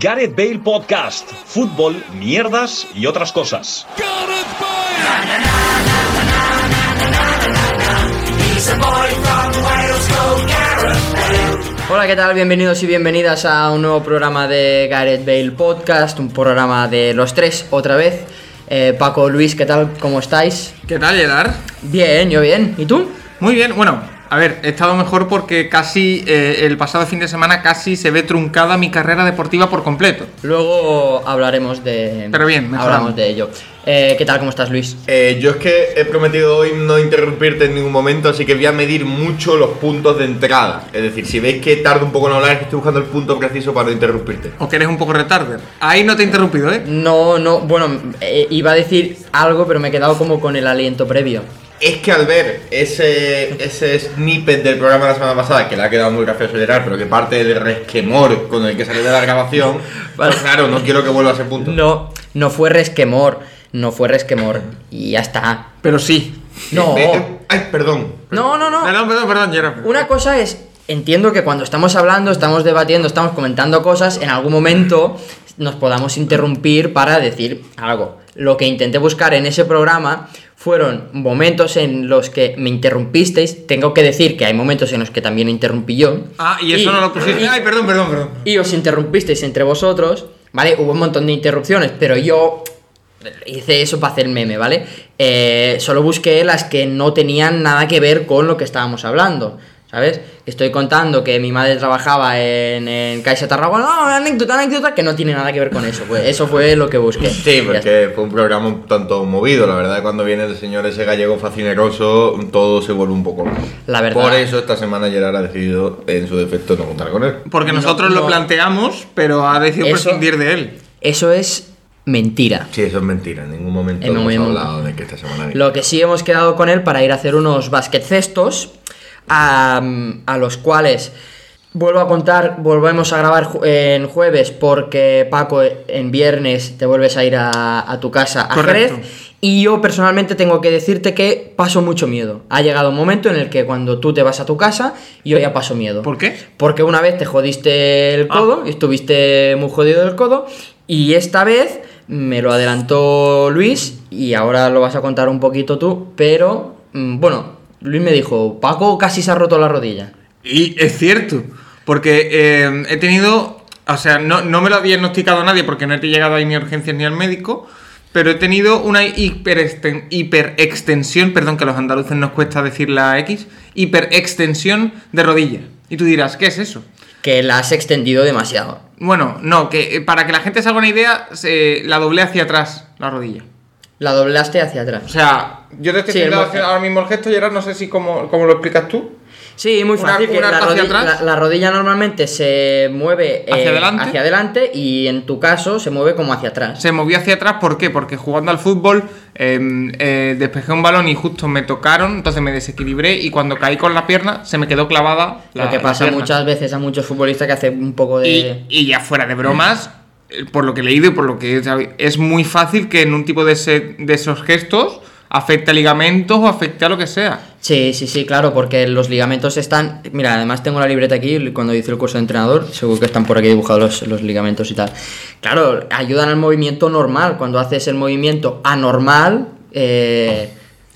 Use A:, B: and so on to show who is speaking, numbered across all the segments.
A: Gareth Bale Podcast, fútbol, mierdas y otras cosas.
B: Hola, ¿qué tal? Bienvenidos y bienvenidas a un nuevo programa de Gareth Bale Podcast, un programa de los tres otra vez. Eh, Paco, Luis, ¿qué tal? ¿Cómo estáis?
C: ¿Qué tal, Gerard?
B: Bien, yo bien. ¿Y tú?
C: Muy bien, bueno, a ver, he estado mejor porque casi eh, el pasado fin de semana casi se ve truncada mi carrera deportiva por completo.
B: Luego hablaremos de.
C: Pero bien, mejoramos.
B: hablamos de ello. Eh, ¿Qué tal? ¿Cómo estás, Luis?
D: Eh, yo es que he prometido hoy no interrumpirte en ningún momento, así que voy a medir mucho los puntos de entrada. Es decir, si veis que tardo un poco en hablar, es que estoy buscando el punto preciso para no interrumpirte.
C: O que eres un poco retarder. Ahí no te he interrumpido, ¿eh?
B: No, no, bueno, eh, iba a decir algo, pero me he quedado como con el aliento previo.
D: Es que al ver ese, ese snippet del programa de la semana pasada, que le ha quedado muy gracioso a Gerard, pero que parte del resquemor con el que salió de la grabación,
B: Vale.
D: pues claro, no quiero que vuelva a ese punto.
B: No, no fue resquemor, no fue resquemor. Y ya está.
C: Pero sí.
B: No,
D: Ve- eh, Ay, perdón.
B: no, no, no.
C: Perdón, perdón, perdón, Gerard.
B: Una cosa es, entiendo que cuando estamos hablando, estamos debatiendo, estamos comentando cosas, en algún momento nos podamos interrumpir para decir algo. Lo que intenté buscar en ese programa fueron momentos en los que me interrumpisteis. Tengo que decir que hay momentos en los que también interrumpí yo.
C: Ah, y eso no lo pusiste. Ay, perdón, perdón, perdón.
B: Y os interrumpisteis entre vosotros, ¿vale? Hubo un montón de interrupciones, pero yo hice eso para hacer meme, ¿vale? Eh, solo busqué las que no tenían nada que ver con lo que estábamos hablando, ¿sabes? Estoy contando que mi madre trabajaba en, en Caixa Tarragona, no, una anécdota, una anécdota que no tiene nada que ver con eso, pues eso fue lo que busqué.
D: Sí,
B: Ya está.
D: porque fue un programa un tanto movido, la verdad, cuando viene el señor ese gallego facineroso, todo se vuelve un poco loco.
B: La verdad.
D: Por eso esta semana Gerard ha decidido, en su defecto, no contar con él.
C: Porque
B: No,
C: nosotros
B: no.
C: lo planteamos, pero ha decidido
B: Eso-
C: prescindir de él.
B: Eso es mentira.
D: Sí, eso es mentira, en ningún momento
B: En
D: hemos
B: ningún
D: hablado de que esta semana... viene.
B: Lo que sí hemos quedado con él para ir a hacer unos basket cestos, a, a los cuales vuelvo a contar, volvemos a grabar ju- en jueves porque Paco en viernes te vuelves a ir a, a tu casa a Jerez.
C: Correcto.
B: Y yo personalmente tengo que decirte que paso mucho miedo. Ha llegado un momento en el que cuando tú te vas a tu casa, yo ya paso miedo.
C: ¿Por qué?
B: Porque una vez te jodiste el
C: Ah.
B: codo, estuviste muy jodido del codo, y esta vez me lo adelantó Luis, y ahora lo vas a contar un poquito tú, pero mm, bueno, Luis me dijo, Paco casi se ha roto la rodilla.
C: Y es cierto, porque eh, he tenido, o sea, no, no me lo ha diagnosticado nadie porque no he llegado ahí ni a urgencias ni al médico, pero he tenido una hiperexten- hiperextensión, perdón que a los andaluces nos cuesta decir la X, hiperextensión de rodilla. Y tú dirás, ¿qué es eso?
B: Que la has extendido demasiado.
C: Bueno, no, que eh, para que la gente se haga una idea, se- la doblé hacia atrás, la rodilla.
B: La doblaste hacia
C: O
B: atrás.
C: sea, yo te estoy
B: Sí, el
C: haciendo
B: mo-
C: hacia- ahora mismo el gesto, Gerard, no sé si cómo, cómo lo explicas tú.
B: Sí, muy
C: Una-
B: fácil. que
C: una
B: la,
C: hacia
B: rodilla,
C: atrás.
B: la- la rodilla normalmente se mueve eh,
C: Hacia adelante.
B: hacia adelante y en tu caso se mueve como hacia atrás.
C: Se movió hacia atrás, ¿por qué? Porque jugando al fútbol eh, eh, despejé un balón y justo me tocaron, entonces me desequilibré y cuando caí con la pierna se me quedó clavada la
B: lo que
C: la
B: pasa
C: pierna.
B: muchas veces a muchos futbolistas que hace un poco de...
C: Y, y ya fuera de bromas, eh, por lo que he leído y por lo que he sabido, es muy fácil que en un tipo de, ese- de esos gestos afecte a ligamentos o afecte a lo que sea.
B: Sí, sí, sí, claro, porque los ligamentos están. Mira, además tengo la libreta aquí cuando hice el curso de entrenador, seguro que están por aquí dibujados los, los ligamentos y tal. Claro, ayudan al movimiento normal. Cuando haces el movimiento anormal, eh,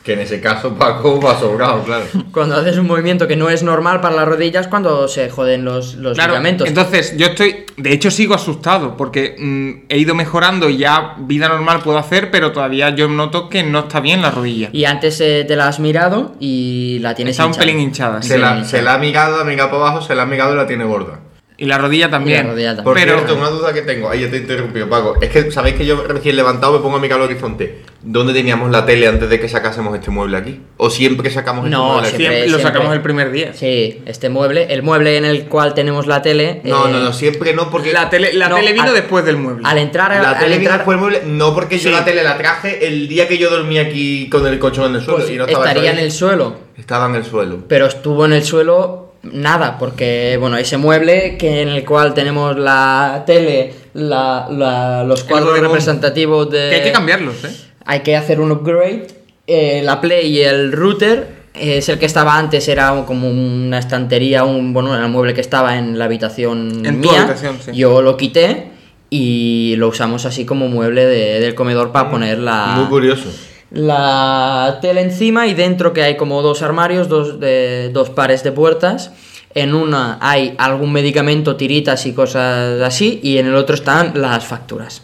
D: Que en ese caso Paco va sobrado, claro.
B: cuando haces un movimiento que no es normal para las rodillas, cuando se joden los, los
C: Claro,
B: ligamentos.
C: entonces yo estoy, de hecho sigo asustado porque mm, he ido mejorando y ya vida normal puedo hacer, pero todavía yo noto que no está bien la rodilla.
B: Y antes eh, te la has mirado y la tienes
C: Está un
B: hinchada.
C: pelín hinchada. sí.
D: Se, la,
B: sí.
D: se la ha mirado, ha mirado para abajo, se la ha mirado y la tiene gorda.
C: Y la rodilla también.
B: Y la rodilla también.
D: Por
C: Pero-
D: cierto, una duda que tengo, ahí yo te he interrumpido, Paco. Es que sabéis que yo recién levantado me pongo a mirar al horizonte. ¿Dónde teníamos la tele antes de que sacásemos este mueble aquí? ¿O siempre sacamos este
B: No,
D: mueble aquí?
C: Siempre- lo
B: siempre.
C: sacamos el primer día.
B: Sí, este mueble, el mueble en el cual tenemos la tele.
D: No,
B: eh,
D: no, no, siempre no, porque
C: La tele, la
B: No,
C: tele vino
B: al-
C: después del mueble.
B: Al entrar,
D: La
B: al
D: tele vino
B: entrar-
D: después del mueble, no porque yo
C: Sí.
D: la tele la traje el día que yo dormí aquí con el colchón en el suelo
B: pues,
D: y no estaba
B: estaría en
D: ahí.
B: el suelo.
D: Estaba en el suelo.
B: pero estuvo en el suelo nada, porque bueno, ese mueble que en el cual tenemos la tele, la- la- los cuadros
C: bodegón.
B: representativos de...
C: Que hay que cambiarlos, ¿eh?
B: Hay que hacer un upgrade, eh, la Play y el router. eh, Es el que estaba antes, era un- como una estantería, un bueno, era el mueble que estaba en la habitación
C: En tu
B: mía.
C: habitación, sí.
B: Yo lo quité y lo usamos así como mueble de- del comedor
C: Mm.
B: para poner la,
D: Muy curioso.
B: la tele encima y dentro que hay como dos armarios, dos, de, dos pares de puertas. En una hay algún medicamento, tiritas y cosas así, y en el otro están las facturas.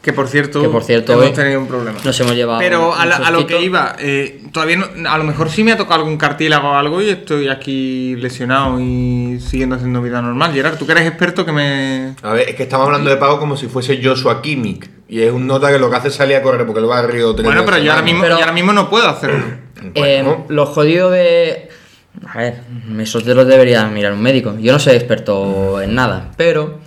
C: Que por cierto,
B: Que, por cierto,
C: hemos
B: hoy
C: tenido un problema.
B: Nos hemos llevado.
C: Pero
B: un
C: a, la- a lo
B: sustito.
C: que iba, eh, todavía no- a lo mejor sí me ha tocado algún cartílago o algo y estoy aquí lesionado y siguiendo haciendo vida normal. Gerard, tú que eres experto que me...
D: A ver, es que estamos hablando de pago como si fuese Joshua Kimmich. Y es un nota que lo que hace es salir a correr porque el barrio...
C: Bueno, pero yo ahora mismo,
B: Pero-
C: yo ahora mismo no puedo hacerlo.
B: Eh,
D: Bueno.
B: Lo jodido de. A ver, esos de los debería mirar un médico. Yo no soy experto en nada, pero.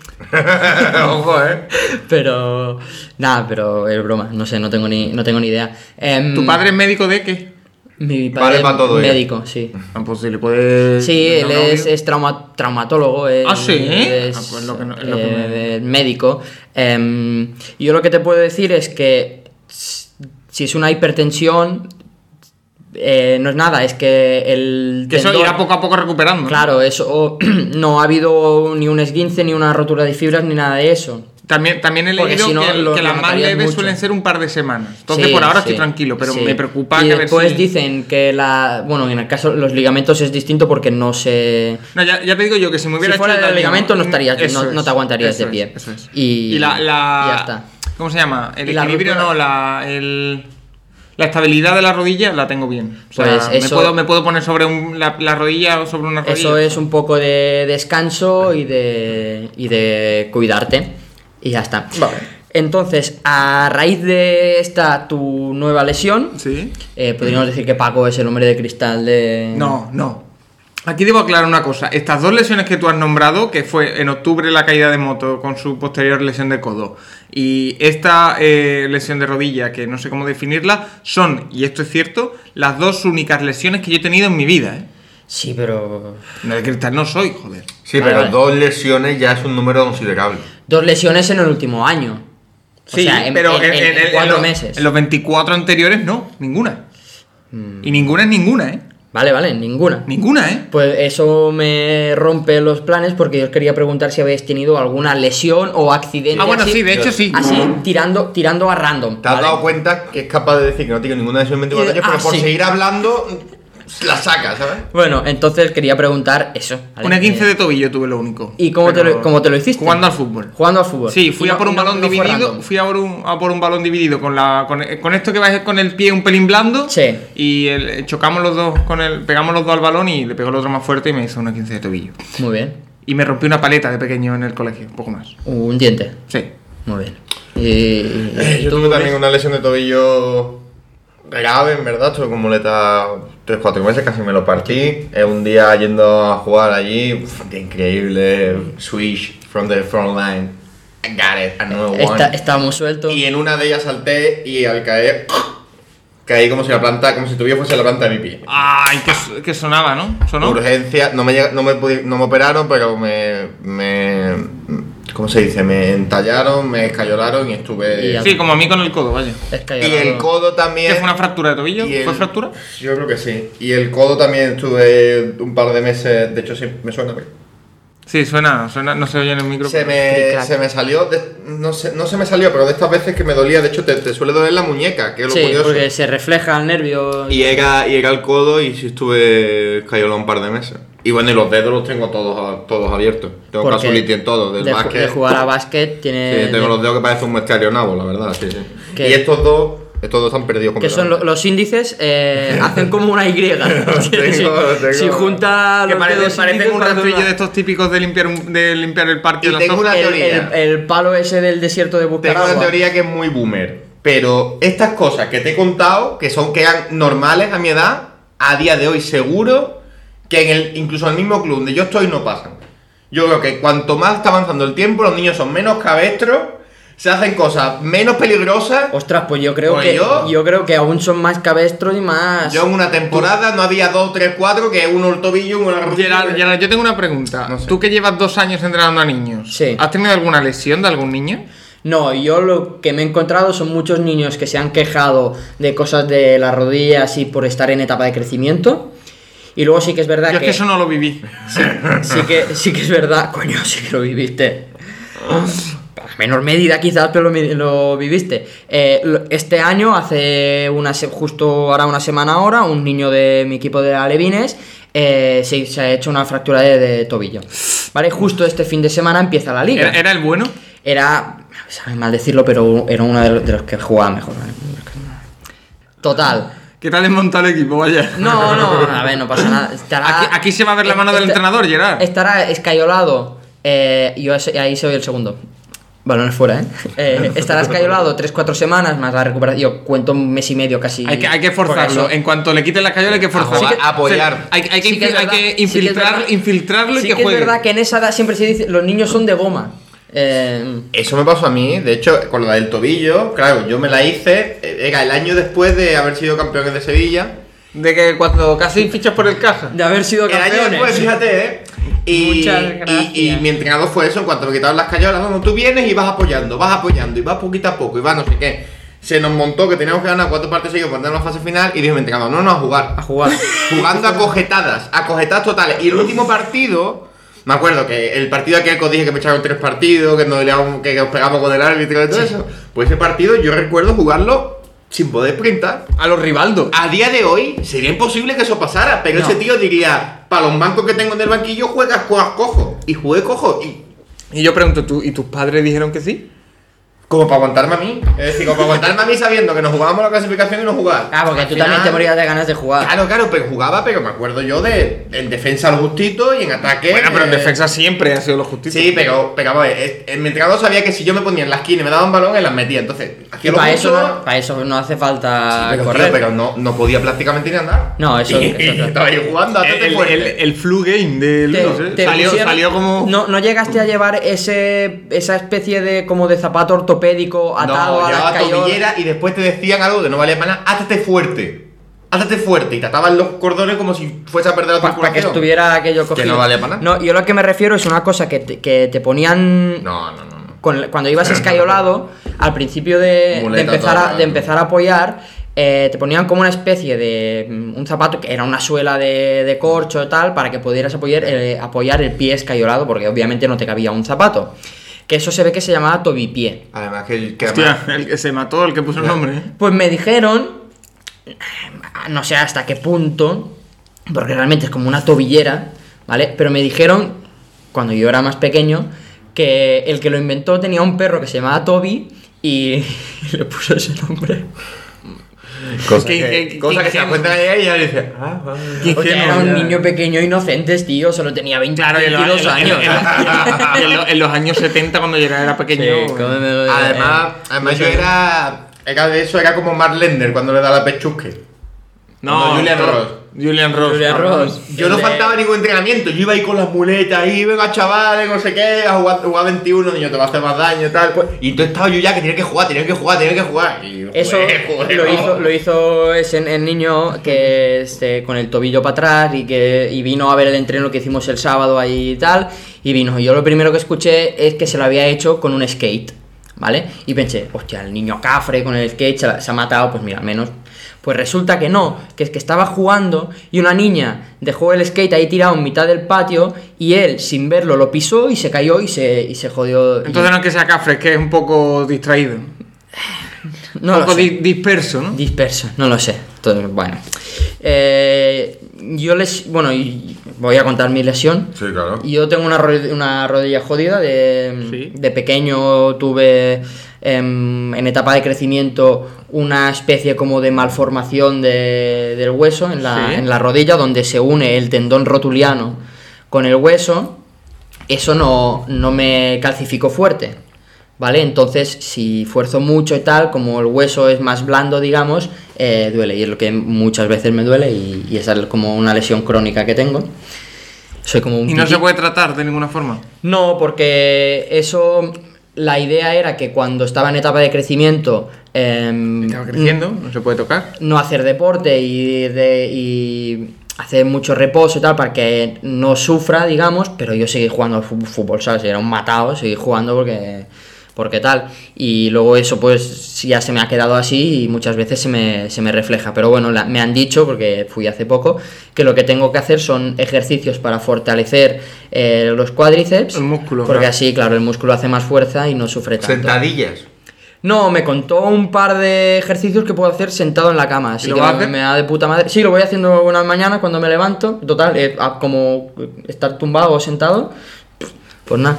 D: Ojo, eh.
B: Pero. Nada, pero es broma. No sé, no tengo ni, no tengo ni idea. Em,
C: ¿Tu padre es médico de qué?
B: Mi
D: Vale
B: padre es
D: pa' todo, ya.
B: médico, sí.
C: Ah, pues si le puedes...
B: Sí,
C: mandar
B: él
C: un
B: es,
C: audio.
B: es trauma- traumatólogo. él
C: Ah, ¿sí?
B: Es,
C: Ah, pues lo que no- es lo que
B: eh, médico. Em, yo lo que te puedo decir es que s- si es una hipertensión, eh, no es nada, es que el.
C: Que eso
B: tendón-
C: irá poco a poco recuperando.
B: Claro, eso. no ha habido ni un esguince, ni una rotura de fibras, ni nada de eso.
C: También, también he
B: Porque
C: leído
B: si no,
C: que,
B: lo-
C: que
B: lo
C: las más
B: notarías
C: leves
B: mucho.
C: suelen ser un par de semanas. Entonces
B: Sí,
C: por ahora
B: sí,
C: estoy tranquilo, pero
B: sí.
C: me preocupa
B: y
C: que a ver
B: después
C: si-
B: dicen que la. Bueno, en el caso de los ligamentos es distinto porque no se.
C: No, ya, ya te digo yo que si me hubiera
B: Si fuera
C: hecho
B: de
C: daño-
B: ligamento no estarías-
C: Eso
B: no- no te aguantarías
C: eso
B: de pie.
C: es, eso es.
B: Y-
C: la, la-
B: y ya está.
C: ¿Cómo se llama? El
B: Y la
C: equilibrio
B: ruptura-
C: no, la, el- la estabilidad de la rodilla la tengo bien. O sea,
B: Pues
C: me,
B: eso-
C: puedo, me puedo poner sobre un- la, la rodilla o sobre una rodilla.
B: Eso es un poco de descanso y de, y de cuidarte. Y ya está. Entonces, a raíz de esta tu nueva lesión,
C: Sí.
B: eh, podríamos decir que Paco es el hombre de cristal de.
C: No, no. Aquí debo aclarar una cosa. Estas dos lesiones que tú has nombrado, que fue en octubre la caída de moto con su posterior lesión de codo y esta eh, lesión de rodilla, que no sé cómo definirla, son, y esto es cierto, las dos únicas lesiones que yo he tenido en mi vida. ¿eh?
B: Sí, pero.
C: No de cristal no soy, joder.
D: Sí,
B: Vale,
D: pero
B: vale.
D: dos lesiones ya es un número considerable.
B: Dos lesiones en el último año. O sea, en, en- en- en
C: el-
B: cuatro
C: los-
B: meses.
C: En los 24 anteriores no, ninguna.
B: Mm.
C: Y ninguna es ninguna, ¿eh?
B: Vale, vale, ninguna.
C: Ninguna, ¿eh?
B: Pues eso me rompe los planes porque yo os quería preguntar si habéis tenido alguna lesión o accidente.
C: Ah, bueno,
B: así,
C: sí, de hecho sí.
B: Así, tirando, tirando a random.
D: ¿Te has
B: ¿vale?
D: dado cuenta que es capaz de decir que no tiene ninguna lesión en 24
B: Y de-
D: años, pero
B: ah,
D: por
B: sí.
D: seguir hablando la saca, ¿sabes?
B: Bueno, entonces quería preguntar eso. ¿vale?
C: Una 15 de
B: Eh,
C: tobillo tuve lo único.
B: ¿Y cómo, te
C: Pero-
B: lo, cómo te lo hiciste?
C: Jugando al fútbol.
B: Jugando al fútbol.
C: Sí, fui
B: Y
C: a
B: no-
C: por un
B: no-
C: balón
B: no fue
C: dividido.
B: random.
C: Fui a por un, a por un balón dividido con la con, eh, con esto que vas con el pie un pelín blando.
B: Sí.
C: Y el- eh, chocamos los dos con el. Pegamos los dos al balón y le pegó el otro más fuerte y me hizo una 15 de tobillo.
B: Muy bien.
C: Y me rompí una paleta de pequeño en el colegio, poco más.
B: Un diente.
C: Sí.
B: Muy bien. Y-
D: Eh, Yo
B: ¿tú,
D: tuve también
B: Luis?
D: una lesión de tobillo grave, en verdad, estuve con muleta 3-4 meses, casi me lo partí. Eh, un día yendo a jugar allí, pf, qué increíble, switch from the front line, I got it, I know I won.
B: Está- estaba muy suelto.
D: Y en una de ellas salté y al caer, caí como si la planta, como si el tobillo fuese la planta de mi pie.
C: Ay, que, su- que sonaba, ¿no? Sonó.
D: Urgencia, no me, llega- no, me pudi- no me operaron, pero me, me... ¿Cómo se dice? Me entallaron, me escayolaron y estuve...
B: Y ya.
C: Sí, como a mí con el codo, vaya.
B: Es que
D: Y el codo también.
C: ¿Qué fue una fractura de tobillo?
D: y el-
C: ¿Fue fractura?
D: Yo creo que sí. Y el codo también estuve un par de meses. De hecho, sí, me suena.
C: Sí, suena, suena, no se oye en el micro.
D: Se
B: Cric,
D: me,
B: crac.
D: se me salió. de- no, se, no se me salió, pero de estas veces que me dolía. De hecho, te, te suele doler la muñeca, que es lo
B: Sí,
D: curioso.
B: porque se refleja el nervio.
D: Y era, y era el codo y sí estuve cayó un par de meses. Y bueno, y los dedos los tengo todos, todos abiertos. Tengo
B: Porque
D: casulitis en todo, del
B: de, ju-
D: básquet.
B: de jugar a básquet tiene.
D: Sí, tengo los dedos que parecen un mestiario nabo, la verdad. sí, sí.
B: Que-
D: Y estos dos, estos dos están perdidos
B: que son lo- los índices, eh, hacen como una Y. si,
D: tengo, tengo.
B: si junta
C: Que
B: los
C: parece,
B: dedos
C: parecen
B: índices,
C: un
B: parece
C: rastrillo
B: una-
C: de estos típicos de limpiar, un- de limpiar el parque
D: Y
C: de la
D: tengo
C: zona.
D: una-
B: el,
D: teoría.
B: el- el palo ese del desierto de
D: Tengo
B: Bucaragua.
D: una teoría que es muy boomer, pero estas cosas que te he contado, que son que eran normales a mi edad, a día de hoy seguro que en el, incluso en el mismo club donde yo estoy no pasan. Yo creo que cuanto más está avanzando el tiempo, los niños son menos cabestros, se hacen cosas menos peligrosas.
B: Ostras, pues yo creo
D: Pues
B: que
D: yo-
B: yo creo que aún son más cabestros y más.
D: Yo en una temporada no había dos, tres, cuatro, que uno el tobillo, uno la rodilla.
C: Gerard, Gerard, yo tengo una pregunta.
D: No sé.
C: Tú que llevas dos años entrenando a niños,
B: Sí.
C: ¿has tenido alguna lesión de algún niño?
B: No, yo lo que me he encontrado son muchos niños que se han quejado de cosas de las rodillas y por estar en etapa de crecimiento. Y luego sí que es verdad
C: Yo es
B: que.
C: que eso no lo viví.
B: sí, sí que, sí que es verdad, coño, sí que lo viviste. a menor medida quizás, pero lo, mi- lo viviste. Eh, lo- este año, hace una se- justo ahora una semana ahora, un niño de mi equipo de alevines eh, se, se ha hecho una fractura de, de tobillo. Vale, justo este fin de semana empieza la liga.
C: ¿Era, era el bueno?
B: Era, sabe mal decirlo, pero era uno de los, de los que jugaba mejor. ¿vale? Total.
C: ¿Qué tal desmontado el equipo? Vaya.
B: No, no, a ver, no pasa nada. Estará-
C: Aquí- aquí se va a ver la mano del
B: Esta-
C: entrenador, Gerard.
B: Estará escayolado. eh, yo ese- ahí soy el segundo. Balones fuera, ¿eh? Eh, estará escayolado 3-4 semanas más la recuperación. Yo cuento un mes y medio casi.
C: Hay que, hay que
B: por
C: forzarlo.
B: eso. Ah,
C: En cuanto le quiten las calles hay que forzarlo.
D: Apoyar.
C: O sea,
D: Apoyar.
C: hay, hay que,
B: Sí que es
C: infi- hay
B: verdad,
C: que
B: sí que es
C: infiltrar-
B: verdad.
C: infiltrarlo
B: Sí
C: y que,
B: que
C: juegue.
B: es verdad que en esa edad siempre se dice los niños son de goma. Eh,
D: Eso me pasó a mí, de hecho, con la del tobillo, claro, yo me la hice, eh, era el año después de haber sido campeones de Sevilla.
C: De que cuando casi fichas por el caja.
B: de haber sido
D: El año después,
B: campeones.
D: fíjate, ¿eh? Y,
C: Muchas
D: y, y
C: gracias.
D: mi entrenador fue eso, en cuanto me quitaron las cayolas, no, no, tú vienes y vas apoyando, vas apoyando, y vas poquito a poco, y vas no sé qué. Se nos montó que teníamos que ganar cuatro partidos seguidos para entrar en la fase final, y dijo mi entrenador, no, no, a jugar.
B: A jugar.
D: jugando a cojetadas, a cojetadas totales. Y el último partido, me acuerdo que el partido aquel que os dije que me echaron tres partidos, que nos, peleábamos- que os pegamos con el árbitro y todo eso, pues ese partido yo recuerdo jugarlo sin poder printar.
C: A los Rivaldo.
B: Ah.
D: A día de hoy sería imposible que eso pasara, pero ese tío diría, para los bancos que tengo en el banquillo juegas co- cojo. Y jugué cojo. Y
C: Y yo pregunto, ¿tú, ¿y tus padres dijeron que sí?
D: como para aguantarme a mí. Es decir, como para aguantarme a mí sabiendo que nos jugábamos la clasificación y no jugar.
B: Ah, porque
D: Al
B: tú también
D: final-
B: te morías de ganas de jugar.
D: Claro, claro, pero jugaba, pero me acuerdo yo de en defensa lo justito y en ataque.
C: Bueno, pero en
D: eh,
C: defensa siempre ha sido lo justito.
D: Sí, pero, pero vamos, eh, eh, mi entrenador sabía que si yo me ponía en la esquina y me daba un balón, él las metía. Entonces, hacía
B: Y
D: lo
B: para
D: justo,
B: eso, no, para eso no hace falta
D: pero, tío,
B: correr.
D: pero no, no podía prácticamente ni andar.
B: No, eso-
D: Y-
B: eso
D: y
B: es verdad.
D: estaba ahí jugando,
C: El,
D: hasta
C: el, el, el flu game de
B: Te-
C: Lunos, ¿eh?
B: te
C: salió,
B: pusieron-
C: salió como.
B: No, no llegaste a llevar ese, esa especie de como de zapato ortopédico atado
D: no,
B: a la
D: llevaba
B: escayola.
D: tobillera y después te decían algo que no valía para nada, házte fuerte. Házte fuerte. Y te ataban los cordones como si fuese a perder la
B: Pa- Para que
D: circulación.
B: estuviera aquello cogido.
D: no valía pa' nada.
B: No, yo lo que me refiero es una cosa que te, que te ponían.
D: No, no, no. no.
B: con- cuando ibas escayolado, al principio de, de
D: Muleta
B: empezar, a,
D: toda, ¿no?
B: de empezar a apoyar, eh, te ponían como una especie de. mm, un zapato que era una suela de, de corcho y tal, para que pudieras apoyar, eh, apoyar el pie escayolado, porque obviamente no te cabía un zapato. Que eso se ve que se llamaba tobipié.
D: Además que el que
C: Hostia,
D: además-
C: el que se mató, el que puso el nombre. ¿eh?
B: Pues me dijeron, no sé hasta qué punto, porque realmente es como una tobillera, ¿vale? Pero me dijeron, cuando yo era más pequeño, que el que lo inventó tenía un perro que se llamaba Toby y le puso ese nombre.
D: Cosa
C: Que-
D: que,
C: que-
D: cosa
C: que-
D: que se
C: que-
D: da cuenta de ella y ella dice, ah, vale.
C: Qué
B: O sea, era
C: ingenuo,
B: un
C: ya.
B: niño pequeño, inocente, tío, solo tenía 20,
C: Claro, y en los, en
B: 22
C: los- en
B: años.
C: los- en los- en los años 70, cuando yo era pequeño.
B: Sí, cómemelo de-
D: Además, además yo era. Era de eso, era como Mark Lender cuando le da la pechusque.
C: No,
D: No, Julian
C: no,
D: Ross.
C: Julian Ross.
B: Julian Ross.
D: Yo no
B: De-
D: faltaba ningún entrenamiento, yo iba ahí con las muletas, ahí, venga chavales, no sé qué, a jugar, jugar 21, niño, te va a hacer más daño y tal. pues. y tú estaba yo ya que tenía que jugar, tenía que jugar, tenía que jugar. Y jugué,
B: Eso
D: jugué,
B: lo,
D: no.
B: hizo, lo hizo ese el niño que este, con el tobillo para atrás y que y vino a ver el entreno que hicimos el sábado ahí y tal. Y vino. Yo lo primero que escuché es que se lo había hecho con un skate, ¿vale? Y pensé, hostia, el niño cafre con el skate se, la- se ha matado, pues mira, menos. Pues resulta que no, que es que estaba jugando y una niña dejó el skate ahí tirado en mitad del patio y él, sin verlo, lo pisó y se cayó y se, y se jodió. Y-
C: Entonces no es que sea cafre, es que es un poco distraído.
B: no
C: un
B: lo
C: poco
B: sé.
C: di- disperso, ¿no?
B: Disperso, no lo sé. Entonces, bueno. Eh, yo les. Bueno, y- voy a contar mi lesión.
D: Sí, claro.
B: Yo tengo una, ro- una rodilla jodida. De,
C: Sí.
B: de pequeño tuve em, en etapa de crecimiento una especie como de malformación de- del hueso en la,
C: Sí.
B: en la rodilla, donde se une el tendón rotuliano con el hueso. Eso no, no me calcificó fuerte. ¿Vale? Entonces, si fuerzo mucho y tal, como el hueso es más blando, digamos, eh, duele. Y es lo que muchas veces me duele y, y esa es como una lesión crónica que tengo. Soy como un
C: Y no
B: tití.
C: se puede tratar de ninguna forma.
B: No, porque eso. La idea era que cuando estaba en etapa de crecimiento. em,
C: Estaba creciendo, no se puede tocar.
B: No hacer deporte y, de- y hacer mucho reposo y tal para que no sufra, digamos, pero yo seguí jugando al fu- fútbol, ¿sabes? Era un matado, seguí jugando porque. porque tal. Y luego eso pues ya se me ha quedado así y muchas veces se me, se me refleja. Pero bueno, la- me han dicho, porque fui hace poco, que lo que tengo que hacer son ejercicios para fortalecer eh, los cuádriceps.
C: El músculo,
B: Porque
C: claro.
B: así, claro, el músculo hace más fuerza y no sufre tanto.
D: Sentadillas.
B: No, me contó un par de ejercicios que puedo hacer sentado en la cama, así
C: ¿Lo
B: que
C: vas a
B: me,
C: hacer?
B: me da de puta madre. Sí, lo voy haciendo una mañana cuando me levanto. Total, eh, a- como estar tumbado o sentado, pues nada,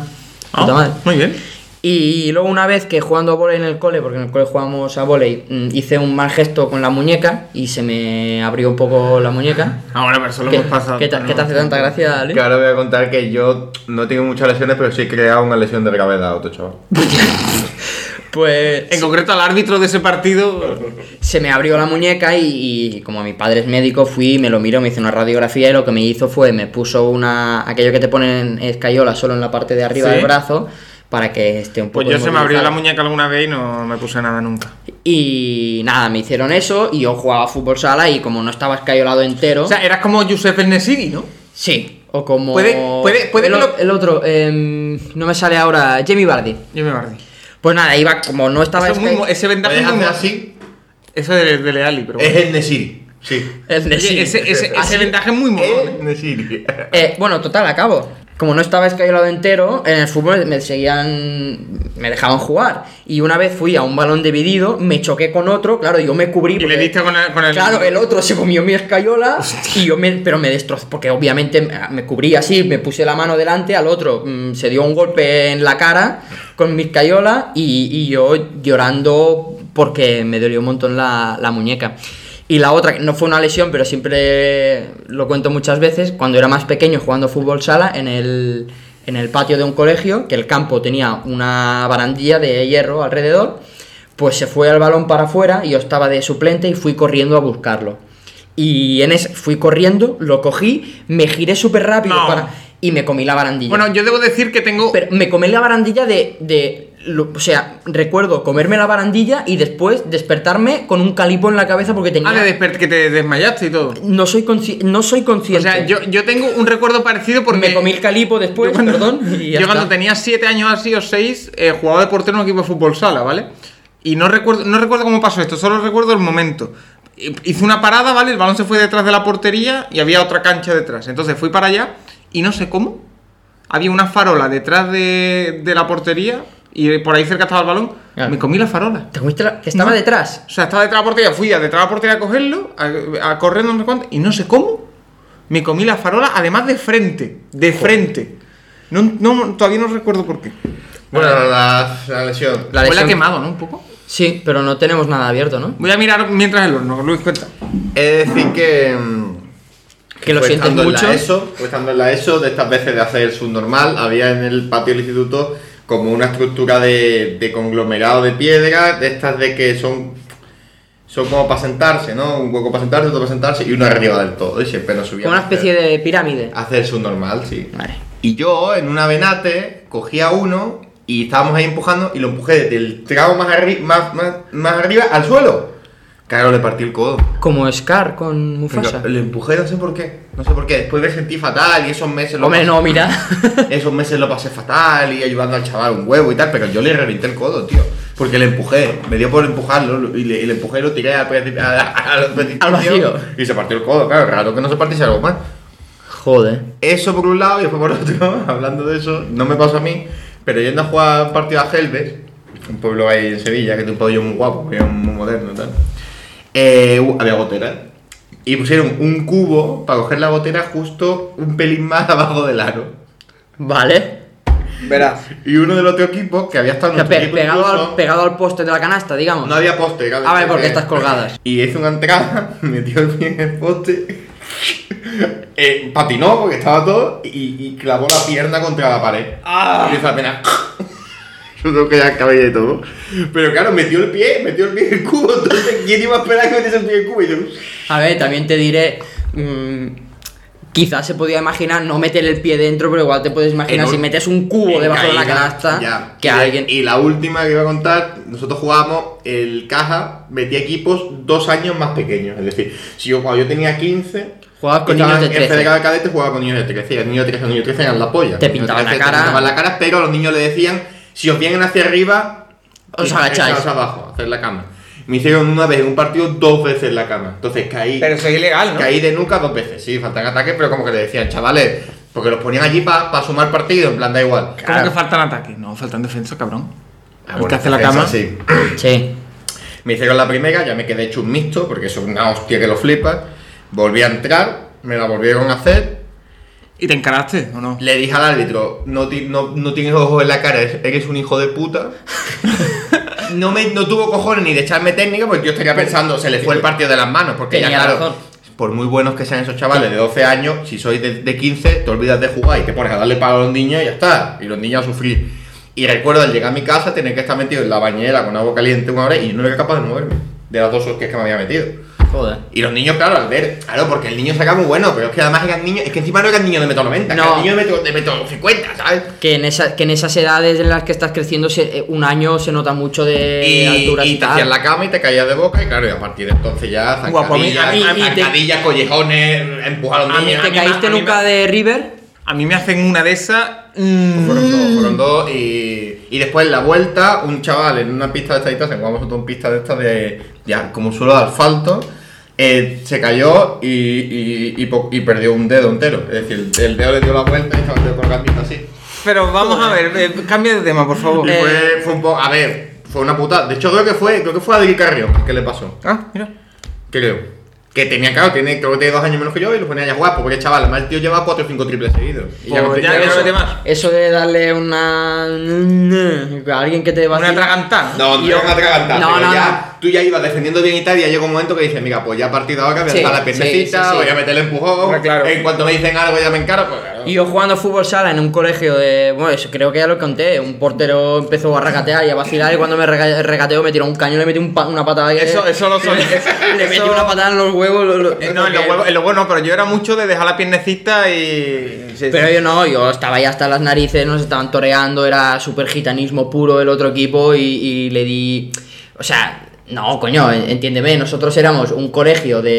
C: Ah,
B: puta madre.
C: muy bien.
B: Y luego una vez que jugando a volei en el cole, porque en el cole jugamos a volei, mm, hice un mal gesto con la muñeca y se me abrió un poco la muñeca.
C: Ahora, pero eso lo
B: ¿Qué,
C: hemos pasado.
B: qué te, qué te hace tanta gracia, Ale?
D: Que ahora voy a contar que yo no tengo muchas lesiones, pero sí he creado una lesión de gravedad, otro chaval.
B: Pues
C: En concreto al árbitro de ese partido.
B: se me abrió la muñeca y, y como mi padre es médico fui, me lo miró, me hizo una radiografía y lo que me hizo fue me puso una aquello que te ponen escayola solo en la parte de arriba
C: Sí.
B: del brazo para que esté un poco
C: Pues yo se me abrió la
B: inmovilizado.
C: muñeca alguna vez y no me puse nada nunca.
B: y nada, me hicieron eso y yo jugaba a fútbol sala y como no estaba escayolado entero,
C: O sea, eras como Josep El Nesiri, ¿no?
B: sí, o como
C: Puede- puede- puede
B: el,
C: que
B: o-
C: lo-
B: el otro, em, no me sale ahora, Jamie Bardi.
C: Yo me bardí.
B: Pues nada, iba como no estaba este
C: Eso es muy
B: escay-
C: mo- ese vendaje
D: ¿Puedes
C: es muy
D: hacer
C: mo-
D: así?
C: Eso de, de Leali, pero
D: Es
C: bueno.
D: el Nesiri. Sí.
B: el de sí.
C: Oye, ese, ese,
B: Así-
C: ese vendaje es muy mono.
D: El Nesiri.
B: Eh, bueno, total, acabo. Como no estaba escayolado entero, en el fútbol me seguían. me dejaban jugar. Y una vez fui a un balón dividido, me choqué con otro, claro, yo me cubrí.
C: Y
B: porque-
C: le diste con el. Con el
B: Claro, el otro se comió mi escayola y yo me, pero me destrozó, porque obviamente me- me cubrí así, me puse la mano delante al otro, mm, se dio un golpe en la cara con mi escayola y, y yo llorando porque me dolió un montón la, la muñeca. Y la otra, que no fue una lesión, pero siempre lo cuento muchas veces, cuando era más pequeño jugando fútbol sala en el, en el patio de un colegio, que el campo tenía una barandilla de hierro alrededor, pues se fue el balón para afuera y yo estaba de suplente y fui corriendo a buscarlo. Y en ese fui corriendo, lo cogí, me giré súper rápido
C: No.
B: para, y me comí la barandilla.
C: Bueno, yo debo decir que tengo.
B: Pero me comí la barandilla de... de lo- o sea, recuerdo comerme la barandilla y después despertarme con un calipo en la cabeza porque tenía...
C: Ah, de despert que te desmayaste y todo.
B: no, soy consci- no soy
C: O
B: consciente.
C: sea, yo, yo tengo un recuerdo parecido porque.
B: Me comí el calipo después,
C: Yo cuando-
B: perdón. y ya
C: yo cuando
B: está.
C: tenía 7 años así o 6, jugaba de portero en un equipo de fútbol sala, ¿vale? Y no recuerdo, no recuerdo cómo pasó esto, solo recuerdo el momento. Hi- Hice una parada, ¿vale? El balón se fue detrás de la portería y había otra cancha detrás. Entonces fui para allá y no sé cómo. Había una farola detrás de, de la portería y por ahí cerca estaba el balón.
B: Claro.
C: Me comí la farola.
B: ¿Te comiste la- que estaba
C: No.
B: detrás?
C: O sea, estaba detrás de la portería, fui a detrás de la portería a cogerlo, a, a correr no sé cuánto, y no sé cómo me comí la farola, además de frente, de frente. No, no, todavía no recuerdo por qué.
D: Bueno, la, la lesión.
B: La
C: Huele a
B: lesión-
C: quemado, ¿no? Un poco.
B: Sí, pero no tenemos nada abierto, ¿no?
C: Voy a mirar mientras el horno, Luis cuenta.
D: He de decir que. mm,
B: Que lo
D: fue
B: sientes
D: estando en la
B: mucho.
D: ESO, fue estando en la ESO, de estas veces de hacer el subnormal, había en el patio del instituto como una estructura de, de conglomerado de piedra, de estas de que son, son como para sentarse, ¿no? Un hueco para sentarse, otro para sentarse y uno arriba del todo. Y siempre nos subíamos.
B: Como una especie de pirámide.
D: Hacer el subnormal, sí.
B: Vale.
D: Y yo, en un avenate, cogía uno y estábamos ahí empujando y lo empujé desde el trago más, arri- más, más, más arriba al suelo. Claro, le partí el codo.
B: Como Scar con Mufasa.
D: Le empujé, no sé por qué. No sé por qué. Después me sentí fatal y esos meses lo
B: Hombre,
D: pasé-
B: no, mira.
D: Esos meses lo pasé fatal y ayudando al chaval un huevo y tal, pero yo le reventé el codo, tío. Porque le empujé, me dio por empujarlo y le, y le empujé y lo tiré al, precipi- a- a- al precipicio
B: vacío.
D: Y se partió el codo, claro, raro que no se partiese algo más.
B: Joder.
D: Eso por un lado y después por otro, hablando de eso, no me pasó a mí, pero yendo a jugar partido a Helves, un pueblo ahí en Sevilla, que es un pabellón muy guapo, un pabellón muy moderno y tal, eh, hu- había gotera. Y pusieron un cubo para coger la gotera justo un pelín más abajo del aro.
B: Vale.
C: Verás.
D: Y uno del otro equipo, que había estado
B: O
D: en
B: sea,
D: nuestro
B: pe-
D: equipo
B: pegado,
D: incluso,
B: al, pegado al poste de la canasta, digamos.
D: no había poste. claro,
B: Ah, vale, porque
D: que-
B: estás colgadas.
D: Y hizo una entrada, metió el pie en el poste, eh, patinó porque estaba todo y, y clavó la pierna contra la pared.
B: Ah.
D: Y hizo apenas... Yo creo que ya cabello y todo. Pero claro, metió el pie, metió el pie en el cubo. Entonces, ¿quién iba a esperar que metiese el pie en el cubo? Y yo,
B: A ver, también te diré. mm, quizás se podía imaginar no meter el pie dentro, pero igual te puedes imaginar
D: En un-
B: si metes un cubo
D: en
B: debajo de la
D: caída,
B: canasta.
D: ya.
B: Que
D: y,
B: alguien.
D: Y la última que iba a contar, nosotros jugábamos, el caja metía equipos dos años más pequeños. Es decir, si yo cuando yo tenía 15.
B: Jugabas con
D: estaba
B: niños de
D: en
B: 13.
D: Federal Cadete jugaba con niños de 13. Y los niños de 13, los niños de 13 eran la polla.
B: Te
D: Los niños de
B: pintaban la
D: 13
B: cara.
D: Te pintaban la cara, pero a los niños le decían. Si os vienen hacia arriba,
B: Os
D: y-
B: agacháis.
D: echaos abajo, hacer la cama. Me hicieron una vez en un partido dos veces la cama. Entonces caí,
C: Pero eso es ilegal, ¿no?
D: caí de nuca dos veces. Sí, faltan ataques, pero como que le decían, chavales, porque los ponían allí para sumar partido, en plan da igual.
C: ¿Cómo que faltan ataques? No, faltan defensa, cabrón.
D: Ah,
C: El
D: bueno,
C: que hace la
D: eso
C: cama.
D: sí.
B: Sí.
D: Me hicieron la primera, ya me quedé hecho un mixto, porque eso es una hostia que lo flipa. Volví a entrar, me la volvieron a hacer.
C: ¿Y te encaraste o no?
D: Le dije al árbitro, no, ti- no, no tienes ojos en la cara, eres un hijo de puta. No, me, no tuvo cojones ni de echarme técnica, porque yo estaría pensando, se le fue el partido de las manos, porque
B: Tenía
D: ya claro,
B: razón.
D: por muy buenos que sean esos chavales de 12 años, si sois de, de 15, te olvidas de jugar y te pones a darle palo a los niños y ya está, y los niños a sufrir. Y recuerdo al llegar a mi casa tener que estar metido en la bañera con agua caliente una hora y no era capaz de moverme, de las dos hostias que me había metido.
B: Joder.
D: Y los niños, claro, al ver, claro, porque el niño saca muy bueno, pero es que además eran niños, es que encima no eran niños de metro 90,
B: No.
D: no. eran niños de metro, de metro 50, ¿sabes?
B: Que en, esa- que en esas edades en las que estás creciendo, se- eh, un año se nota mucho de
D: Y,
B: alturas
D: y
B: y,
D: te
B: tal.
D: hacían la cama y te caías de boca, y claro, y a partir de entonces ya,
C: Guapo, a mí- a
D: zancadillas,
C: mí-
B: y te-
D: zancadillas, collejones, empujaron
C: A mí-
B: ¿Y
D: niños.
B: te
C: me-
B: caíste
C: a mí me-
B: nunca de River?
C: A mí me hacen una de esas. mm,
D: Fueron dos, fueron dos y, y después en la vuelta un chaval en una pista de estas y tal, se jugamos nosotros en pista de estas de, de al- como suelo de asfalto, eh, se cayó y, y, y po- y perdió un dedo entero. Es decir, el dedo le dio la vuelta y estaba el dedo por la camisa así.
C: Pero vamos a ver, eh, cambia de tema, por favor. Eh,
D: Y
B: Eh,
D: fue, fue un poco, a ver, fue una putada. De hecho creo que fue, creo que fue a Adri Carrión que le pasó,
C: Ah, mira.
D: creo. Que tenía, claro, tiene, creo que tiene dos años menos que yo y lo ponía ya a jugar, porque chaval, además el tío lleva cuatro o cinco triples seguidos. Y ya, no-
C: Pues ya
D: ya
C: no
D: no-
C: mete más.
B: Eso de darle una. a alguien que te va
C: Una atragantada.
D: No, no
B: Yo-
D: era una atragantada,
B: No,
D: pero
B: no,
D: ya, tú ya ibas defendiendo bien y tal, y ya llegó un momento que dices, mira, pues ya a partir de ahora voy a
B: Sí,
D: dar la
B: sí,
D: pernecita,
B: sí, sí.
D: voy a meter el empujón,
C: Ah, claro.
D: en cuanto me dicen algo ya me encaro, pues claro.
B: Y yo jugando fútbol sala en un colegio de. Bueno, eso creo que ya lo conté. Un portero empezó a regatear y a vacilar. Y cuando me rega- regateó, me tiró un caño y le metí un pa- una patada. que-
C: Eso, eso lo soy.
B: Le metí una patada en los huevos. lo- lo-
C: Eh, No, en los huevos, en los huevos no, pero yo era mucho de dejar la piernecita y. sí,
B: Pero
C: sí.
B: yo no, yo estaba ya hasta las narices, nos estaban toreando, era súper gitanismo puro el otro equipo y, y le di... O sea, no, coño, en- entiéndeme, nosotros éramos un colegio de,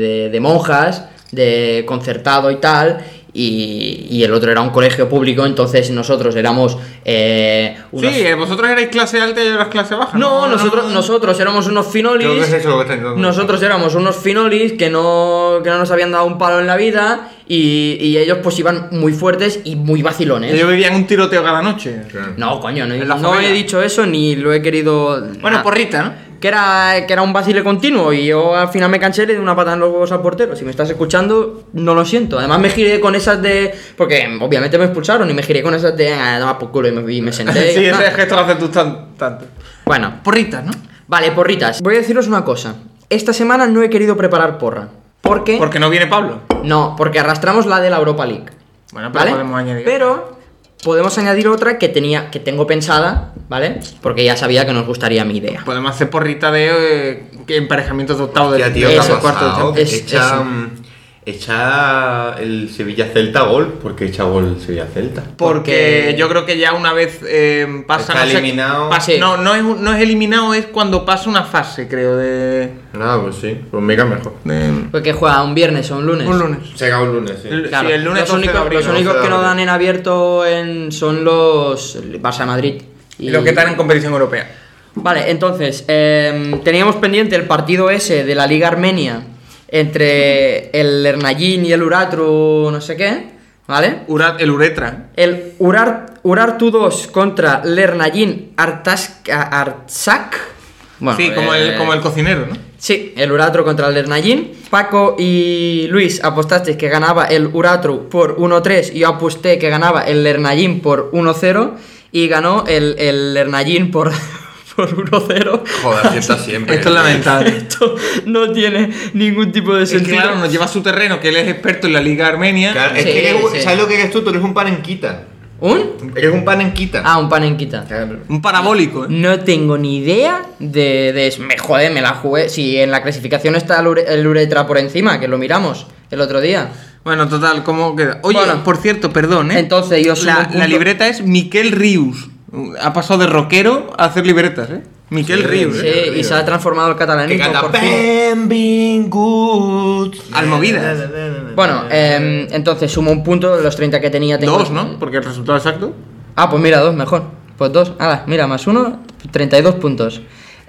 B: de- de monjas, de concertado y tal, y, y el otro era un colegio público, entonces nosotros éramos... eh, unos-
C: Sí, eh, vosotros erais clase alta y yo eras clase baja.
B: No, nosotros, nosotros éramos unos finolis...
D: Creo que es eso lo que está
C: este,
D: intentando.
B: Nosotros éramos unos finolis que no, que no nos habían dado un palo en la vida y, y ellos pues iban muy fuertes y muy vacilones.
C: Ellos vivían un tiroteo cada noche.
D: Claro.
B: No, coño, no,
C: En la
B: no
C: familia.
B: he dicho eso ni lo he querido.
C: Bueno,
B: Ah,
C: porrita, ¿no?
B: Que era, que era un vacile continuo y yo al final me canché y le di una patada en los huevos al portero. Si me estás escuchando, no lo siento. Además me giré con esas de... Porque em, obviamente me expulsaron y me giré con esas de... Ah, toma por culo y me, y me senté. y
C: sí, este,
B: ya está.
C: ese gesto lo haces tú tan- tanto.
B: Bueno,
C: Porritas, ¿no?
B: vale, porritas. Voy a deciros una cosa. Esta semana no he querido preparar porra. Porque...
C: Porque no viene Pablo.
B: No, porque arrastramos la de la Europa League.
C: Bueno, pero podemos añadir otra.
B: Pero podemos añadir otra que tenía, que tengo pensada, ¿vale? Porque ya sabía que nos gustaría mi idea.
C: Podemos hacer porrita de eh, que emparejamientos de octavo de
D: Hostia, tío, ¿qué
B: Eso,
D: ha pasado?
B: cuarto de- es-
D: echa,
B: eso.
D: mm, echa el Sevilla-Celta gol, porque echa gol el Sevilla-Celta.
C: Porque
B: Porque-
C: yo creo que ya una vez eh, pasa.
D: Está
C: no sé-
D: eliminado.
C: pasa-
B: Sí.
C: No, no es, un- no es eliminado, es cuando pasa una fase, creo, de.
D: Nada, pues sí, pues mega mejor.
B: Porque juega un viernes o un lunes.
C: Un lunes.
D: Llega un lunes, sí.
C: El-
B: Claro,
C: Sí, el lunes
B: los
C: 12 de
B: únicos,
C: abril,
B: los
D: 12 de
B: únicos que no
D: abril.
B: dan en abierto en- son los el Barça Madrid.
C: Y los que están en competición europea.
B: Vale, entonces, em, teníamos pendiente el partido ese de la Liga Armenia entre el Hernallín y el Uratru, no sé qué, ¿vale?
C: Ura- el uretra.
B: El Urar, Urartu 2 contra Lernallín Artsak. Bueno,
C: sí, como,
B: eh,
C: el, como el cocinero, ¿no?
B: Sí, el Uratru contra el Lernallín. Paco y Luis apostasteis que ganaba el Uratru por 1-3 y yo aposté que ganaba el Lernallín por 1-0 y ganó el, el Lernallín por, por 1-0.
D: Joder, acierta siempre.
C: Esto es lamentable.
B: Esto no tiene ningún tipo de
C: Es que,
B: sentido.
C: claro, nos lleva a su terreno, que él es experto en la Liga Armenia.
D: Claro, es
B: Sí,
D: que eres un-
B: sí.
D: ¿sabes lo que eres tú? Tú eres un panenquita.
B: ¿Un?
D: Eres un panenquita.
B: Ah, un panenquita.
D: Claro.
C: Un parabólico, ¿eh?
B: No tengo ni idea de, de eso. Me joder, me la jugué. Si en la clasificación está el, ure- el uretra por encima, que lo miramos el otro día.
C: Bueno, total, ¿cómo queda? Oye,
B: Bueno.
C: por cierto, perdón, ¿eh?
B: Entonces, yo sumo un
C: la,
B: punto.
C: la libreta es Miquel Rius. Ha pasado de rockero a hacer libretas, ¿eh? Miquel
D: Sí,
C: Rius.
B: Sí,
D: Uretra,
C: ¿eh?
B: y
D: uretra.
B: se ha transformado el
D: Que
B: catalanismo
D: canta
B: por fin.
D: Benvingut.
C: Almovidas.
B: Bueno, em, entonces sumo un punto de los 30 que tenía. Tengo...
C: Dos, ¿no? Porque el resultado exacto.
B: Ah, pues mira, dos, mejor. Pues dos, ala, mira, más uno, 32 puntos.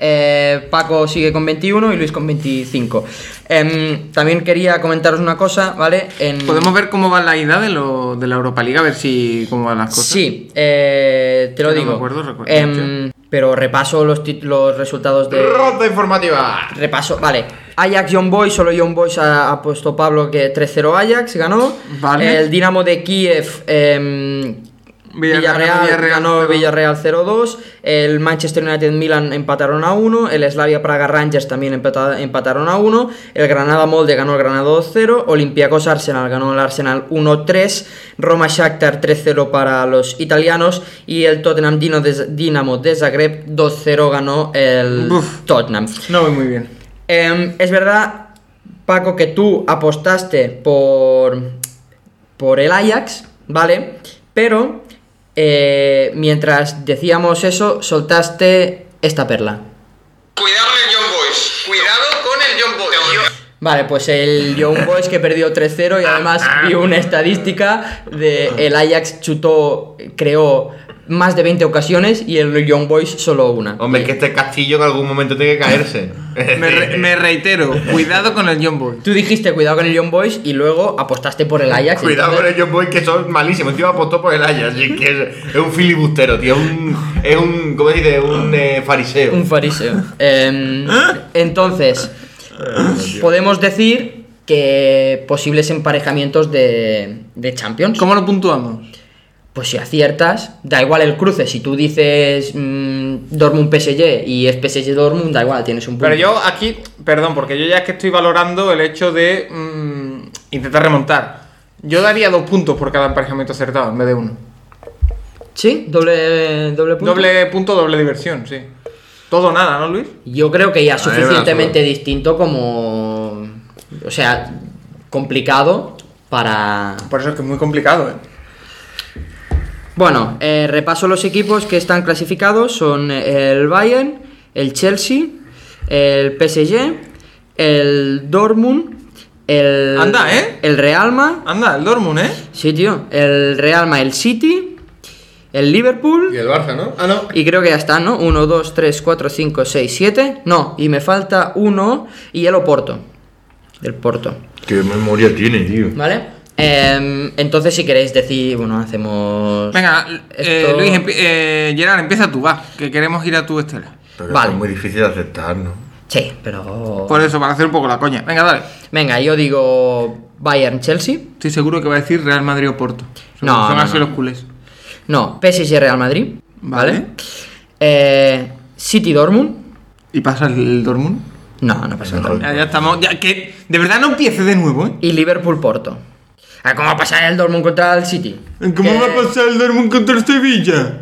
B: Eh, Paco sigue con 21 y Luis con 25. Em, también quería comentaros una cosa, ¿vale? En...
C: Podemos ver cómo va la ida de, lo, de la Europa League, a ver si cómo van las cosas.
B: Sí, eh, te lo
C: No me
B: digo.
C: acuerdo, recuerdo,
B: Em, pero repaso los, tit- los resultados de...
D: Ronda informativa.
B: Repaso, vale. Ajax Young Boys, solo Young Boys ha, ha puesto Pablo que 3-0 Ajax ganó.
C: Vale.
B: El Dinamo de Kiev, em, Villarreal,
C: Villarreal, Villarreal,
B: ganó
C: 0-2.
B: Villarreal 0-2. El Manchester United Milan empataron a 1. El Slavia Praga Rangers también empata- empataron a 1. El Granada Molde ganó el Granada 2-0. Olympiacos Arsenal ganó el Arsenal 1-3. Roma Shakhtar 3-0 para los italianos. Y el Tottenham Dino de- Dinamo de Zagreb 2-0 ganó el
C: Buf.
B: Tottenham.
C: No voy muy bien.
B: Em, es verdad, Paco, que tú apostaste por, por el Ajax, ¿vale? Pero eh, mientras decíamos eso, soltaste esta perla.
E: Cuidado con el John Boys. Cuidado con el John Boys.
B: Vale, pues el Young Boys que perdió 3-0 y además vi una estadística de el Ajax chutó, creó más de 20 ocasiones y el Young Boys solo una.
D: Hombre, es que este castillo en algún momento tiene que caerse.
C: Me, re- me reitero, cuidado con el John Boy.
B: Tú dijiste cuidado con el Young Boys y luego apostaste por el Ajax.
D: Cuidado
B: entonces-
D: con el John Boy, que son malísimos. Encima apostó por el Ajax, así que es, es un filibustero, tío. Es un, es un ¿cómo se dice? Un eh, fariseo.
B: Un fariseo. Em,
D: ¿Eh?
B: entonces,
D: Ah,
B: podemos decir que posibles emparejamientos de, de Champions.
C: ¿Cómo lo puntuamos?
B: Pues si aciertas, da igual el cruce. Si tú dices mm, Dortmund-PSG y es PSG-Dortmund, da igual, tienes un punto.
C: Pero yo aquí, perdón, porque yo ya es que estoy valorando el hecho de mm, intentar remontar. Yo daría dos puntos por cada emparejamiento acertado en vez de uno.
B: Sí, doble, doble punto.
C: Doble punto, doble diversión, sí. Todo o nada, ¿no, Luis?
B: Yo creo que ya es
D: A mí me la
B: suficientemente distinto como... O sea, complicado para...
C: Por eso es que es muy complicado, ¿eh?
B: Bueno, eh, repaso los equipos que están clasificados. Son eh, el Bayern, el Chelsea, el PSG, el Dortmund, el...
C: Anda, ¿eh?
B: El Realma.
C: Anda, el Dortmund, ¿eh?
B: Sí, tío. El Realma, el City, el Liverpool.
D: el Barça, ¿no? Ah, no.
B: Y creo que ya está, ¿no? 1, 2, 3, 4, 5, 6, 7. No, y me falta uno y el Oporto. Del Porto.
F: Qué memoria tiene, tío.
B: ¿Vale? Em, entonces, si queréis decir, bueno, hacemos...
C: Venga, eh,
B: Esto-
C: Luis, empi- eh, Gerard, empieza tú, va, que queremos ir a tu estela.
F: Pero
B: Vale.
F: esto es muy difícil de aceptar, ¿no?
B: Sí, pero...
C: Por eso, para hacer un poco la coña. Venga, dale.
B: Venga, yo digo Bayern Chelsea.
C: Estoy seguro que va a decir Real Madrid o Porto. Son,
B: No,
C: son
B: no,
C: así
B: no.
C: los culés.
B: No, PSG Real Madrid. Vale.
C: Vale.
B: Eh, City Dortmund.
C: ¿Y pasa el, el Dortmund?
B: No, no pasa nada.
F: Mejor.
C: Ya, ya estamos. Ya, que de verdad no empiece de nuevo, ¿eh?
B: Y Liverpool Porto. Ah, ¿Cómo va a pasar el Dortmund contra el City? Que-
C: el Dortmund contra el Sevilla?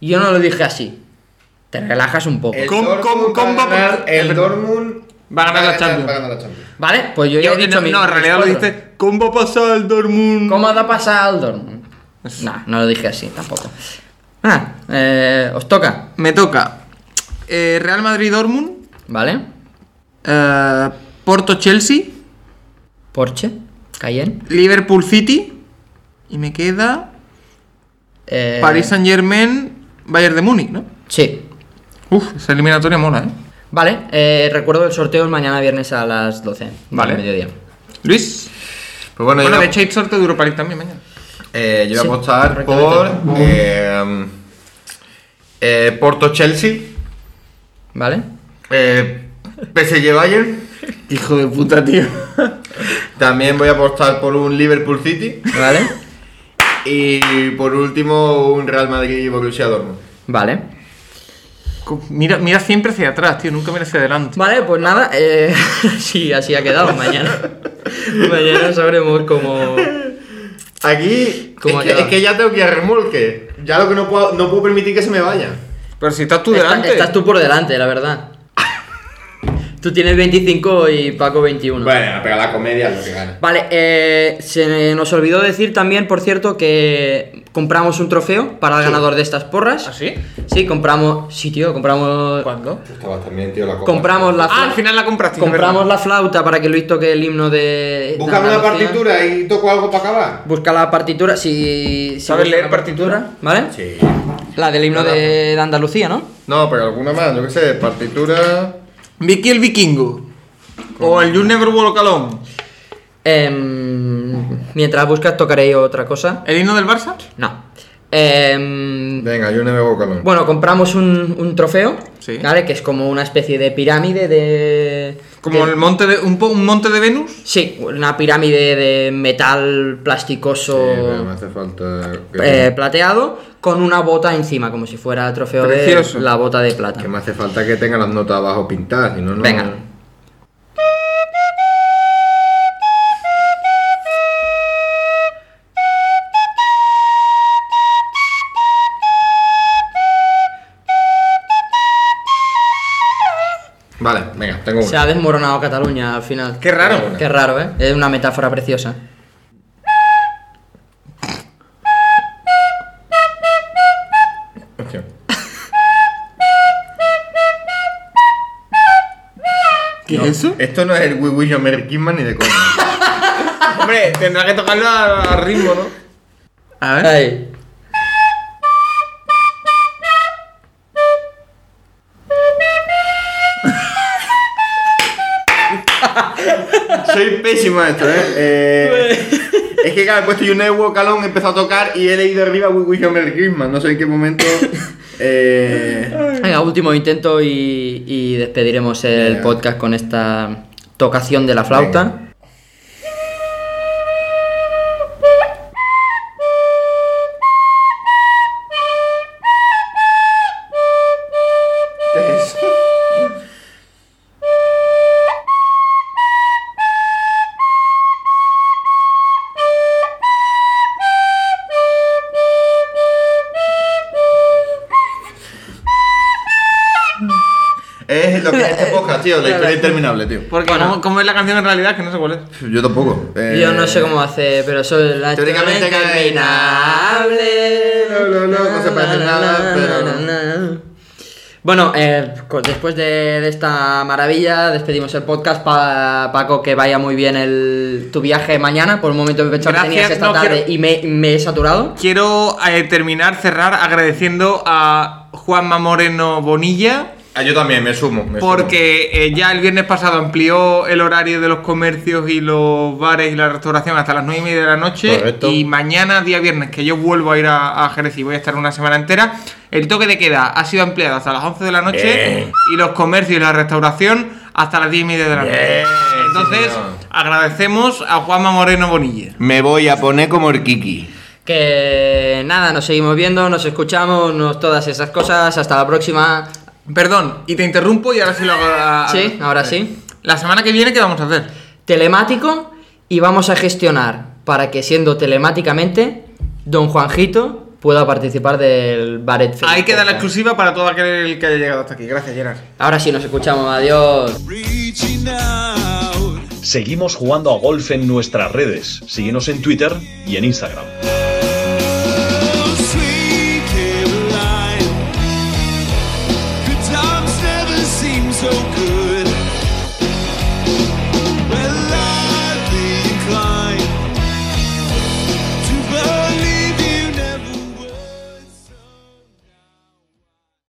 B: Yo no lo dije así. Te relajas un poco.
D: El
C: ¿Cómo-
D: Dortmund
C: cómo- cómo
D: va
C: va
D: a
C: a
D: ganar,
C: poner-
D: el
C: eh,
D: Dortmund
C: Va a ganar la Champions.
D: va a ganar la Champions.
B: ¿Vale? Pues yo ya he dicho
C: no,
B: mi-
C: no, en
B: mis
C: realidad lo
B: cuatro.
C: dice. ¿Cómo va a pasar el Dortmund?
B: ¿Cómo va a pasar el Dortmund? No, no lo dije así tampoco. Ah, eh, os toca,
C: Me toca. eh, Real Madrid-Dortmund.
B: ¿vale?
C: eh, Porto-Chelsea.
B: Porsche, Cayenne.
C: Liverpool-City. Y me queda.
B: eh,
C: Paris Saint-Germain-Bayern de Múnich, ¿no?
B: Sí,
C: Uf, esa eliminatoria mola, ¿eh?
B: Vale, eh, recuerdo el sorteo es mañana viernes a las 12.
C: Vale.
B: del Mediodía.
C: Luis.
D: Pues bueno,
C: Bueno,
D: yo,
C: de hecho hay sorteo de Europa League también mañana.
D: eh, yo voy
B: Sí,
D: a apostar por
B: correctamente.
D: eh, eh, Porto-Chelsea,
B: ¿Vale?
D: eh, PSG-Bayern.
C: Hijo de puta, tío.
D: También voy a apostar por un Liverpool-City.
B: ¿Vale?
D: Y por último, un Real Madrid-Borussia Dortmund.
B: vale.
C: Mira, mira siempre hacia atrás, tío. Nunca mira hacia adelante.
B: Vale, pues nada, eh, sí, así ha quedado mañana. mañana sabremos cómo...
D: Aquí es,
B: ¿Cómo ha
D: que,
B: quedado?
D: es que ya tengo que ir a remolque. Ya lo que no puedo, no puedo permitir que se me vaya.
C: Pero si estás tú
B: Está-
C: delante.
B: estás tú por delante, la verdad. Tú tienes 25 y Paco 21.
D: Bueno, pero la comedia es lo que gana.
B: Vale, eh, se nos olvidó decir también, por cierto, que compramos un trofeo para el ganador de estas porras.
C: ¿Ah, sí?
B: Sí, compramos... Sí, tío, compramos...
C: ¿Cuándo?
D: Estabas también, tío, la copa.
B: Compramos la...
C: Ah,
B: fla-
C: al final la compraste.
B: Compramos
C: ¿verdad?
B: la flauta para que Luis toque el himno de.
D: Búscame una
B: de Andalucía.
D: partitura y toco algo para acabar.
B: Busca la partitura, si. si
C: ¿Sabes
B: busca
C: leer
B: la ¿Vale?
D: Sí.
B: La del himno de, de Andalucía, ¿no?
D: No, pero alguna más, yo qué sé, partitura.
C: Vicky el vikingo. O el You Never Walk Alone.
B: Em, mientras buscas, tocaré otra cosa.
C: ¿El himno del Barça?
B: No. Em,
D: Venga, yo no me voy
B: bueno, compramos un, un trofeo,
C: Sí.
B: ¿vale? Que es como una especie de pirámide de.
C: Como
B: de-
C: el monte de, un, po- un monte de Venus.
B: Sí, una pirámide de metal
D: me
B: plasticoso
D: hace falta. Que,
B: eh, plateado con una bota encima, como si fuera trofeo
C: Precioso.
B: de la bota de plata.
D: que me hace falta que tenga las notas abajo pintadas, si no, no.
B: Venga.
D: Vale, venga, tengo
B: Se
D: una.
B: ha desmoronado Cataluña al final.
C: Qué raro.
B: Qué raro, ¿eh? Es una metáfora preciosa.
D: Hostia.
C: ¿Qué es eso?
D: Esto no es el We Wish You a Merry Christmas ni de coña.
C: Hombre, tendrá que tocarlo a, a ritmo, ¿no? A ver.
B: Ay.
D: Soy pésimo en esto, ¿eh? Eh, es que claro, he puesto You Never Walk Alone, he empezado a tocar y he leído arriba We Wish You a Merry Christmas. No sé en qué momento. Eh,
B: Venga, último intento y, y despediremos el
D: Venga.
B: podcast con esta tocación de la flauta.
D: Venga. ¿Qué es eso? Es lo que es este podcast, tío, la historia interminable, tío.
C: Porque
B: Bueno.
C: ¿cómo, cómo es la canción en realidad? Que no sé cuál es.
D: Yo tampoco. eh,
B: Yo no sé cómo hace, pero eso es la
D: Teóricamente
B: historia
D: que-
B: interminable.
D: No, no, no, no se parece
B: Na, na,
D: nada,
B: na,
D: pero-
B: na, na. Bueno, eh, co- después de, de esta maravilla, despedimos el podcast. Pa- Paco, que vaya muy bien el, tu viaje mañana. Por un momento he pensado que
C: Gracias,
B: tenías esta
C: no
B: tarde
C: quiero-
B: y me, me he saturado.
C: Quiero eh, terminar, cerrar agradeciendo a Juanma Moreno Bonilla.
D: Ah, yo también, me sumo. me sumo.
C: Porque eh, ya el viernes pasado amplió el horario de los comercios y los bares y la restauración hasta las 9 y media de la noche.
F: Correcto.
C: Y mañana, día viernes, que yo vuelvo a ir a, a Jerez y voy a estar una semana entera, el toque de queda ha sido ampliado hasta las 11 de la noche
F: Bien.
C: y los comercios y la restauración hasta las 10 y media de la noche.
F: Bien, sí,
C: Entonces,
D: señor.
C: agradecemos a Juanma Moreno Bonilla.
D: Me voy a poner como el Kiki.
B: Que nada, nos seguimos viendo, nos escuchamos, nos, todas esas cosas. Hasta la próxima.
C: Perdón, y te interrumpo y ahora sí lo hago. a-
B: Sí, ahora sí.
C: La semana que viene, ¿qué vamos a hacer?
B: telemático y vamos a gestionar para que siendo telemáticamente don Juanjito pueda participar del Baret Fest.
C: Ahí queda la exclusiva para todo aquel que haya llegado hasta aquí. Gracias, Gerard.
B: Ahora sí nos escuchamos, adiós.
G: Reaching out.
A: Seguimos jugando a golf en nuestras redes. Síguenos en Twitter y en Instagram.